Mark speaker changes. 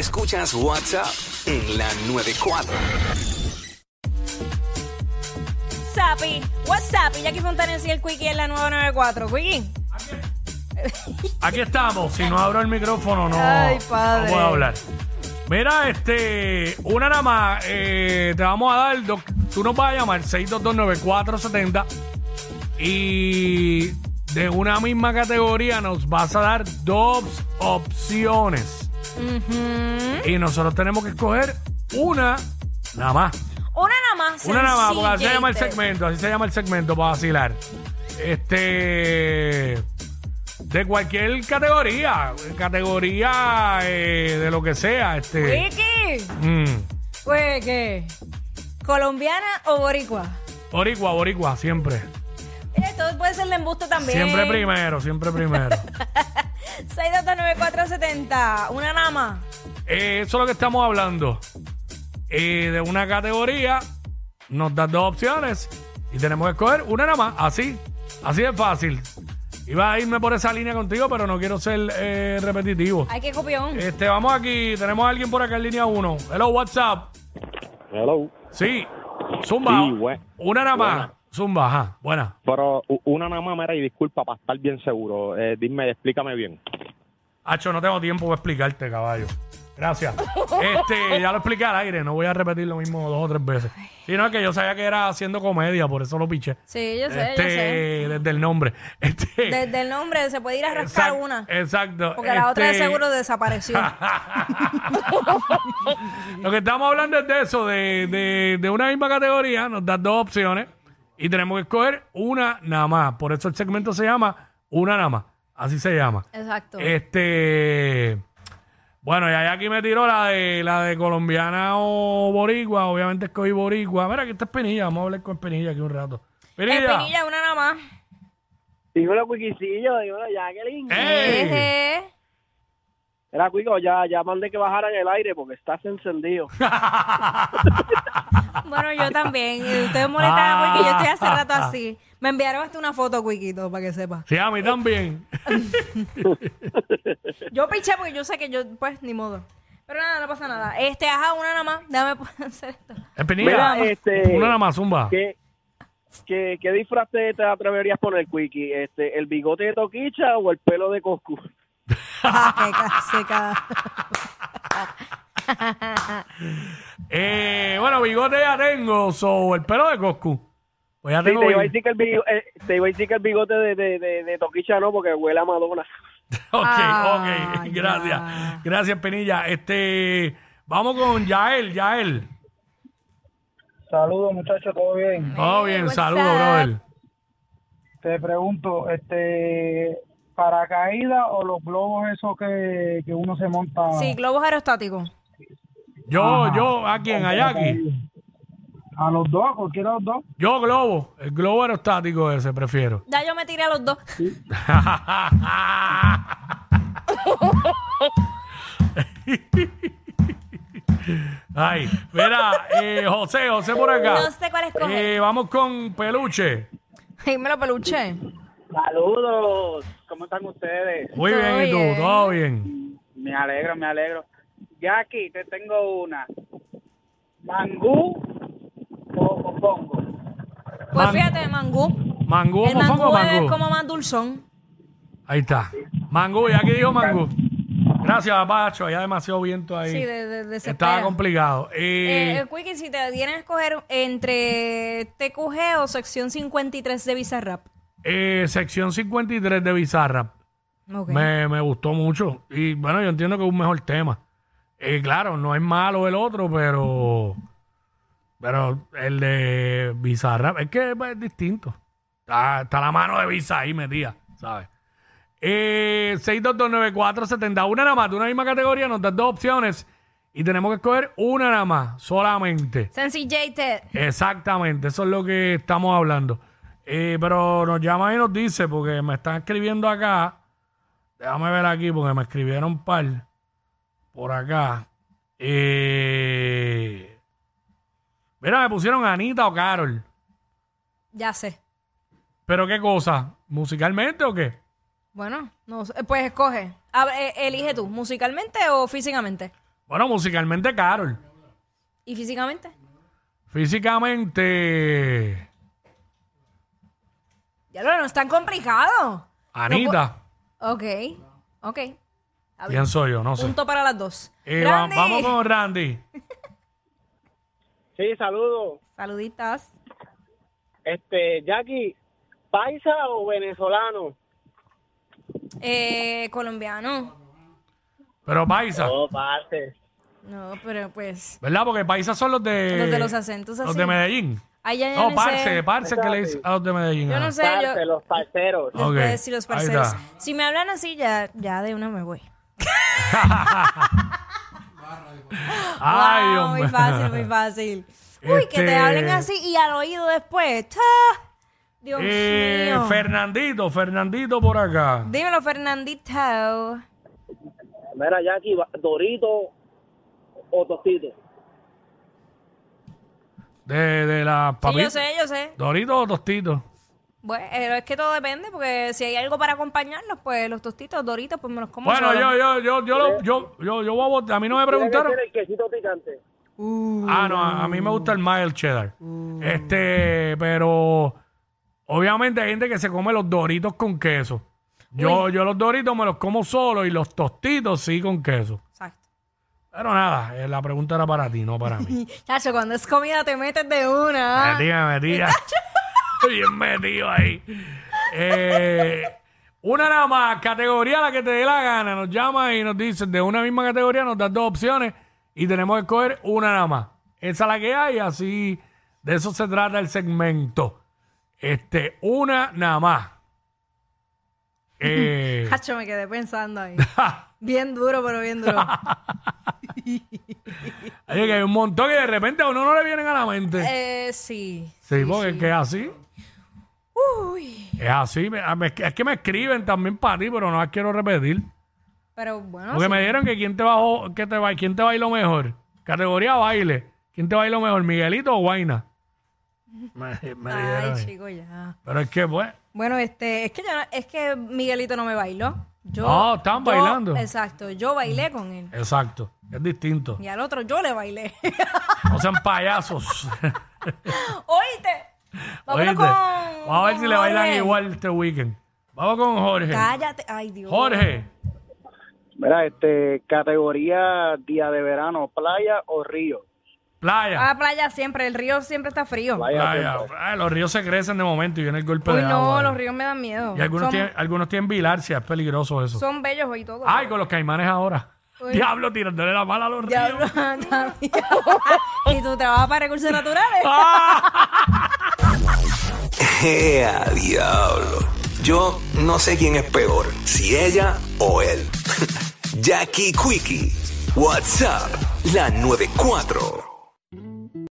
Speaker 1: Escuchas WhatsApp en la 94.
Speaker 2: Sapi, WhatsApp, Jackie Fontanes y el Quickie en la 994. Quickie.
Speaker 3: Aquí estamos. Si no abro el micrófono, no,
Speaker 2: Ay, padre.
Speaker 3: no puedo hablar. Mira, este, una nada más, eh, te vamos a dar, doc- tú nos vas a llamar 6229470 y de una misma categoría nos vas a dar dos opciones.
Speaker 2: ¿Eh?
Speaker 3: Y nosotros tenemos que escoger una nada más.
Speaker 2: Una nada más.
Speaker 3: Una nada más, porque así se
Speaker 2: sencilla,
Speaker 3: llama el
Speaker 2: Inter.
Speaker 3: segmento, así se llama el segmento para vacilar. Este. De cualquier categoría, categoría eh, de lo que sea, este.
Speaker 2: Quickie,
Speaker 3: mm,
Speaker 2: pues qué. Colombiana o boricua.
Speaker 3: Boricua, boricua, siempre.
Speaker 2: Esto puede ser de embuste también.
Speaker 3: Siempre primero, siempre primero.
Speaker 2: 6229470. Una nada más.
Speaker 3: Eh, eso es lo que estamos hablando. Eh, de una categoría, nos dan dos opciones y tenemos que escoger una nada más. Así, así es fácil. Iba a irme por esa línea contigo, pero no quiero ser eh, repetitivo.
Speaker 2: Hay que copión.
Speaker 3: Este, vamos aquí, tenemos a alguien por acá en línea 1. Hello, WhatsApp.
Speaker 4: Hello.
Speaker 3: Sí, Zumba.
Speaker 4: Sí, bue-
Speaker 3: una nada más.
Speaker 4: buena.
Speaker 3: Zumba, ajá, buena.
Speaker 4: Pero u- una nada más, mira, y disculpa para estar bien seguro. Eh, dime, explícame bien.
Speaker 3: Hacho, no tengo tiempo para explicarte, caballo. Gracias. Este, ya lo expliqué al aire, no voy a repetir lo mismo dos o tres veces. Sino que yo sabía que era haciendo comedia, por eso lo piché.
Speaker 2: Sí, yo sé, yo sé.
Speaker 3: Este, desde el nombre. Este,
Speaker 2: Desde el nombre se puede ir a rascar
Speaker 3: exact-
Speaker 2: una.
Speaker 3: Exacto.
Speaker 2: Porque la otra de
Speaker 3: eh, Este,
Speaker 2: seguro desapareció.
Speaker 3: Lo que estamos hablando es de eso, de, de- de una misma categoría, nos dan dos opciones y tenemos que escoger una nada más. Por eso el segmento se llama Una nada más. Así se llama.
Speaker 2: Exacto.
Speaker 3: Este. Bueno, y ahí aquí me tiró la de la de colombiana o boricua. Obviamente escogí boricua. Mira, aquí está Espinilla. Vamos a hablar con Espinilla aquí un rato. Espinilla.
Speaker 2: Espinilla, una nada más.
Speaker 5: Dímelo, Cuiquicillo, dímelo, Jacqueline.
Speaker 3: ¡Ey!
Speaker 2: Eje.
Speaker 5: Era Cuico, ya, ya mandé que bajaran el aire porque estás encendido.
Speaker 2: Bueno, yo también. Y ustedes molestan porque yo estoy hace rato así. Me enviaron hasta una foto, Cuiquito, para que sepa.
Speaker 3: Sí, a mí también.
Speaker 2: Yo piché porque yo sé que yo, pues, ni modo. Pero nada, no pasa nada. Este, ajá, una nada más. Déjame hacer esto.
Speaker 3: Espinilla.
Speaker 5: Mira, este,
Speaker 3: Una nada más, zumba.
Speaker 5: ¿Qué, qué, qué disfraz te te atreverías a poner, Cuiqui? Este, ¿El bigote de Toquicha o el pelo de Coscu?
Speaker 2: Ah, qué ca- seca.
Speaker 3: Eh, bueno, bigote ya tengo, so, el pelo de Coscu. Pues ya
Speaker 5: Sí,
Speaker 3: tengo
Speaker 5: te, iba a
Speaker 3: bigote.
Speaker 5: decir que el bigo- eh, te iba a decir que el bigote de, de, de, de Toquicha no, porque huele a Madonna.
Speaker 3: Ok,
Speaker 2: Ah,
Speaker 3: ok,
Speaker 2: ya.
Speaker 3: gracias. Gracias, Penilla. Este, vamos con Yael, Yael.
Speaker 6: Saludos muchachos, todo bien.
Speaker 3: Todo
Speaker 2: Hey,
Speaker 3: bien,
Speaker 2: what's
Speaker 3: saludos,
Speaker 2: up?
Speaker 3: brother.
Speaker 6: Te pregunto, este, paracaídas o los globos esos que, que uno se monta.
Speaker 2: Sí, globos aerostáticos.
Speaker 3: Yo,
Speaker 6: Ajá.
Speaker 3: yo, ¿a quién? ¿A Jackie?
Speaker 6: A los dos, a cualquiera de los dos.
Speaker 3: Yo, globo. El globo aerostático ese, prefiero.
Speaker 2: Ya yo me tiré a los dos.
Speaker 3: Ay, mira, eh, José, José por acá.
Speaker 2: No sé cuál escoger.
Speaker 3: Eh, vamos con Peluche.
Speaker 2: Ahí me lo peluché.
Speaker 7: Saludos, ¿cómo están ustedes?
Speaker 3: Muy
Speaker 2: Todo
Speaker 3: bien, ¿y tú?
Speaker 2: bien.
Speaker 3: Todo bien.
Speaker 7: Me alegro, me alegro. Jackie, te tengo una. ¿Mangú o Congo?
Speaker 2: Pues
Speaker 3: Man-
Speaker 2: fíjate, mangú.
Speaker 3: Mangú,
Speaker 2: El mangú
Speaker 3: mofongo, mangú.
Speaker 2: es como más dulzón.
Speaker 3: Ahí está. Mangú, ya que dijo mangú. Gracias, Pacho. Había demasiado viento ahí.
Speaker 2: Sí, de, de, de
Speaker 3: Estaba complicado.
Speaker 2: Eh,
Speaker 3: Eh,
Speaker 2: eh, Quickie, si te dieran a escoger entre TQG o sección 53 de Bizarrap.
Speaker 3: eh, sección 53 de Bizarra.
Speaker 2: Ok.
Speaker 3: Me, me gustó mucho. Y bueno, yo entiendo que es un mejor tema. Eh, claro, no es malo el otro, pero. Pero el de Bizarra es que es, es distinto. Está, está la mano de Visa ahí metida, ¿sabes? Eh, 6229470. Una nada más, de una misma categoría, nos das dos opciones Y tenemos que escoger una nada más, solamente.
Speaker 2: Sensillated.
Speaker 3: Exactamente, eso es lo que estamos hablando. Eh, pero nos llama y nos dice, porque me están escribiendo acá. Déjame ver aquí, porque me escribieron un par por acá. Eh, mira, me pusieron Anita o Carol.
Speaker 2: Ya sé.
Speaker 3: Pero qué cosa, musicalmente o qué?
Speaker 2: Bueno, no sé. pues escoge. A ver, eh, elige tú, musicalmente o físicamente.
Speaker 3: Bueno, musicalmente Carol.
Speaker 2: ¿Y físicamente?
Speaker 3: Físicamente
Speaker 2: Ya lo no es tan complicado.
Speaker 3: Anita,
Speaker 2: Ok, ok. A ver,
Speaker 3: pienso yo, no sé.
Speaker 2: punto para las dos.
Speaker 3: Eh, va-
Speaker 2: Randy.
Speaker 3: vamos con Randy.
Speaker 5: Sí, saludos.
Speaker 2: Saluditas.
Speaker 5: Este, Jackie, ¿paisa o venezolano?
Speaker 2: Eh, colombiano.
Speaker 3: Pero Paisa,
Speaker 5: No, parce.
Speaker 2: No, pero pues.
Speaker 3: ¿verdad? Porque Paisa son los de...
Speaker 2: Los de los acentos
Speaker 3: Eh, Los
Speaker 2: así.
Speaker 3: de Medellín.
Speaker 2: Ay, ya, ya
Speaker 3: No,
Speaker 2: no
Speaker 3: Parce,
Speaker 2: sé.
Speaker 3: Parce que le dice a los de Medellín. ah.
Speaker 2: Yo
Speaker 3: ajá.
Speaker 2: no sé, yo.
Speaker 5: Parce, los
Speaker 3: Ok,
Speaker 5: parceros.
Speaker 2: Después decir los
Speaker 3: ahí
Speaker 2: parceros.
Speaker 3: está.
Speaker 2: Si me hablan así, ya, ya de una me voy.
Speaker 3: Ay,
Speaker 2: Wow,
Speaker 3: hombre.
Speaker 2: muy fácil, muy fácil. Uy, que te
Speaker 3: Este-
Speaker 2: hablen así y al oído después. ¡Cha! Dios
Speaker 3: Eh,
Speaker 2: mío.
Speaker 3: Fernandito, Fernandito por acá.
Speaker 2: Dímelo, Fernandito.
Speaker 5: Mira, Jackie, va- Dorito o Tostito.
Speaker 3: De, de la
Speaker 2: Sí,
Speaker 3: papita.
Speaker 2: yo sé, yo sé.
Speaker 3: Dorito o Tostito.
Speaker 2: Bueno, pero es que todo depende, porque si hay algo para acompañarlos, pues los tostitos, doritos, pues me los como
Speaker 3: Bueno,
Speaker 2: solo.
Speaker 3: yo, yo, yo, yo, lo- yo, yo, yo voy a votar. A mí no me preguntaron.
Speaker 5: el quesito picante.
Speaker 3: Ah, no, a, a mí me gusta el mild cheddar. Este, pero obviamente hay gente que se come los doritos con queso. Yo, yo los doritos me los como solo y los tostitos sí con queso.
Speaker 2: Exacto.
Speaker 3: Pero nada, eh, la pregunta era para ti, no para mí.
Speaker 2: Chacho, cuando es comida te metes de una.
Speaker 3: Metida, metida. Bien metido ahí. Eh, una nada más, categoría la que te dé la gana. Nos llama y nos dice, de una misma categoría nos das dos opciones y tenemos que escoger una nada más. Esa es la que hay, así de eso se trata el segmento. Este, una nada más. Eh,
Speaker 2: Chacho, me quedé pensando ahí. bien duro, pero bien duro.
Speaker 3: oye, que hay un montón que de repente a uno no le vienen a la mente.
Speaker 2: eh, sí.
Speaker 3: sí, porque es que es así.
Speaker 2: Uy.
Speaker 3: Es así. me- ah, me- es que me escriben también para ti, pero no las quiero repetir.
Speaker 2: Pero bueno,
Speaker 3: Porque
Speaker 2: Ah, sí.
Speaker 3: me dijeron que quién te bajó, que te ba- quién te bailó mejor. Categoría baile. ¿Quién te bailó mejor, Miguelito o Guaina?
Speaker 2: Ah.
Speaker 3: Me- me eh. dijeron
Speaker 2: Ay,
Speaker 3: ahí.
Speaker 2: chico, ya.
Speaker 3: Pero es que pues,
Speaker 2: Bueno, este, es que yo no- es que Miguelito no me bailó. Yo,
Speaker 3: Ah, estaban
Speaker 2: yo-
Speaker 3: bailando.
Speaker 2: Exacto, yo bailé con él.
Speaker 3: exacto, es distinto.
Speaker 2: Y al otro yo le bailé.
Speaker 3: No sean payasos.
Speaker 2: Oíste. Vámonos
Speaker 3: Oíste.
Speaker 2: con.
Speaker 3: Vamos a ver
Speaker 2: con
Speaker 3: si le bailan
Speaker 2: Jorge.
Speaker 3: igual este weekend. Vamos con Jorge.
Speaker 2: Cállate. Ay, Dios.
Speaker 3: Jorge,
Speaker 4: Mira, este, categoría día de verano, playa o río.
Speaker 3: playa.
Speaker 2: Ah, playa siempre. El río siempre está frío.
Speaker 4: Playa.
Speaker 3: playa. Ay, los ríos se crecen de momento y viene el golpe
Speaker 2: Uy,
Speaker 3: de
Speaker 2: no,
Speaker 3: agua.
Speaker 2: los ríos me dan miedo.
Speaker 3: Y algunos
Speaker 2: son,
Speaker 3: tienen, algunos tienen bilarcia, es peligroso eso.
Speaker 2: son bellos hoy todos.
Speaker 3: Ay, con los caimanes ahora.
Speaker 2: Uy.
Speaker 3: Diablo, tirándole la mala a los ríos.
Speaker 2: Diablo, también. y tú trabajas para recursos naturales.
Speaker 1: ¡Ea, diablo! Yo no sé quién es peor, si ella o él. Jackie Quickie, WhatsApp, la 94.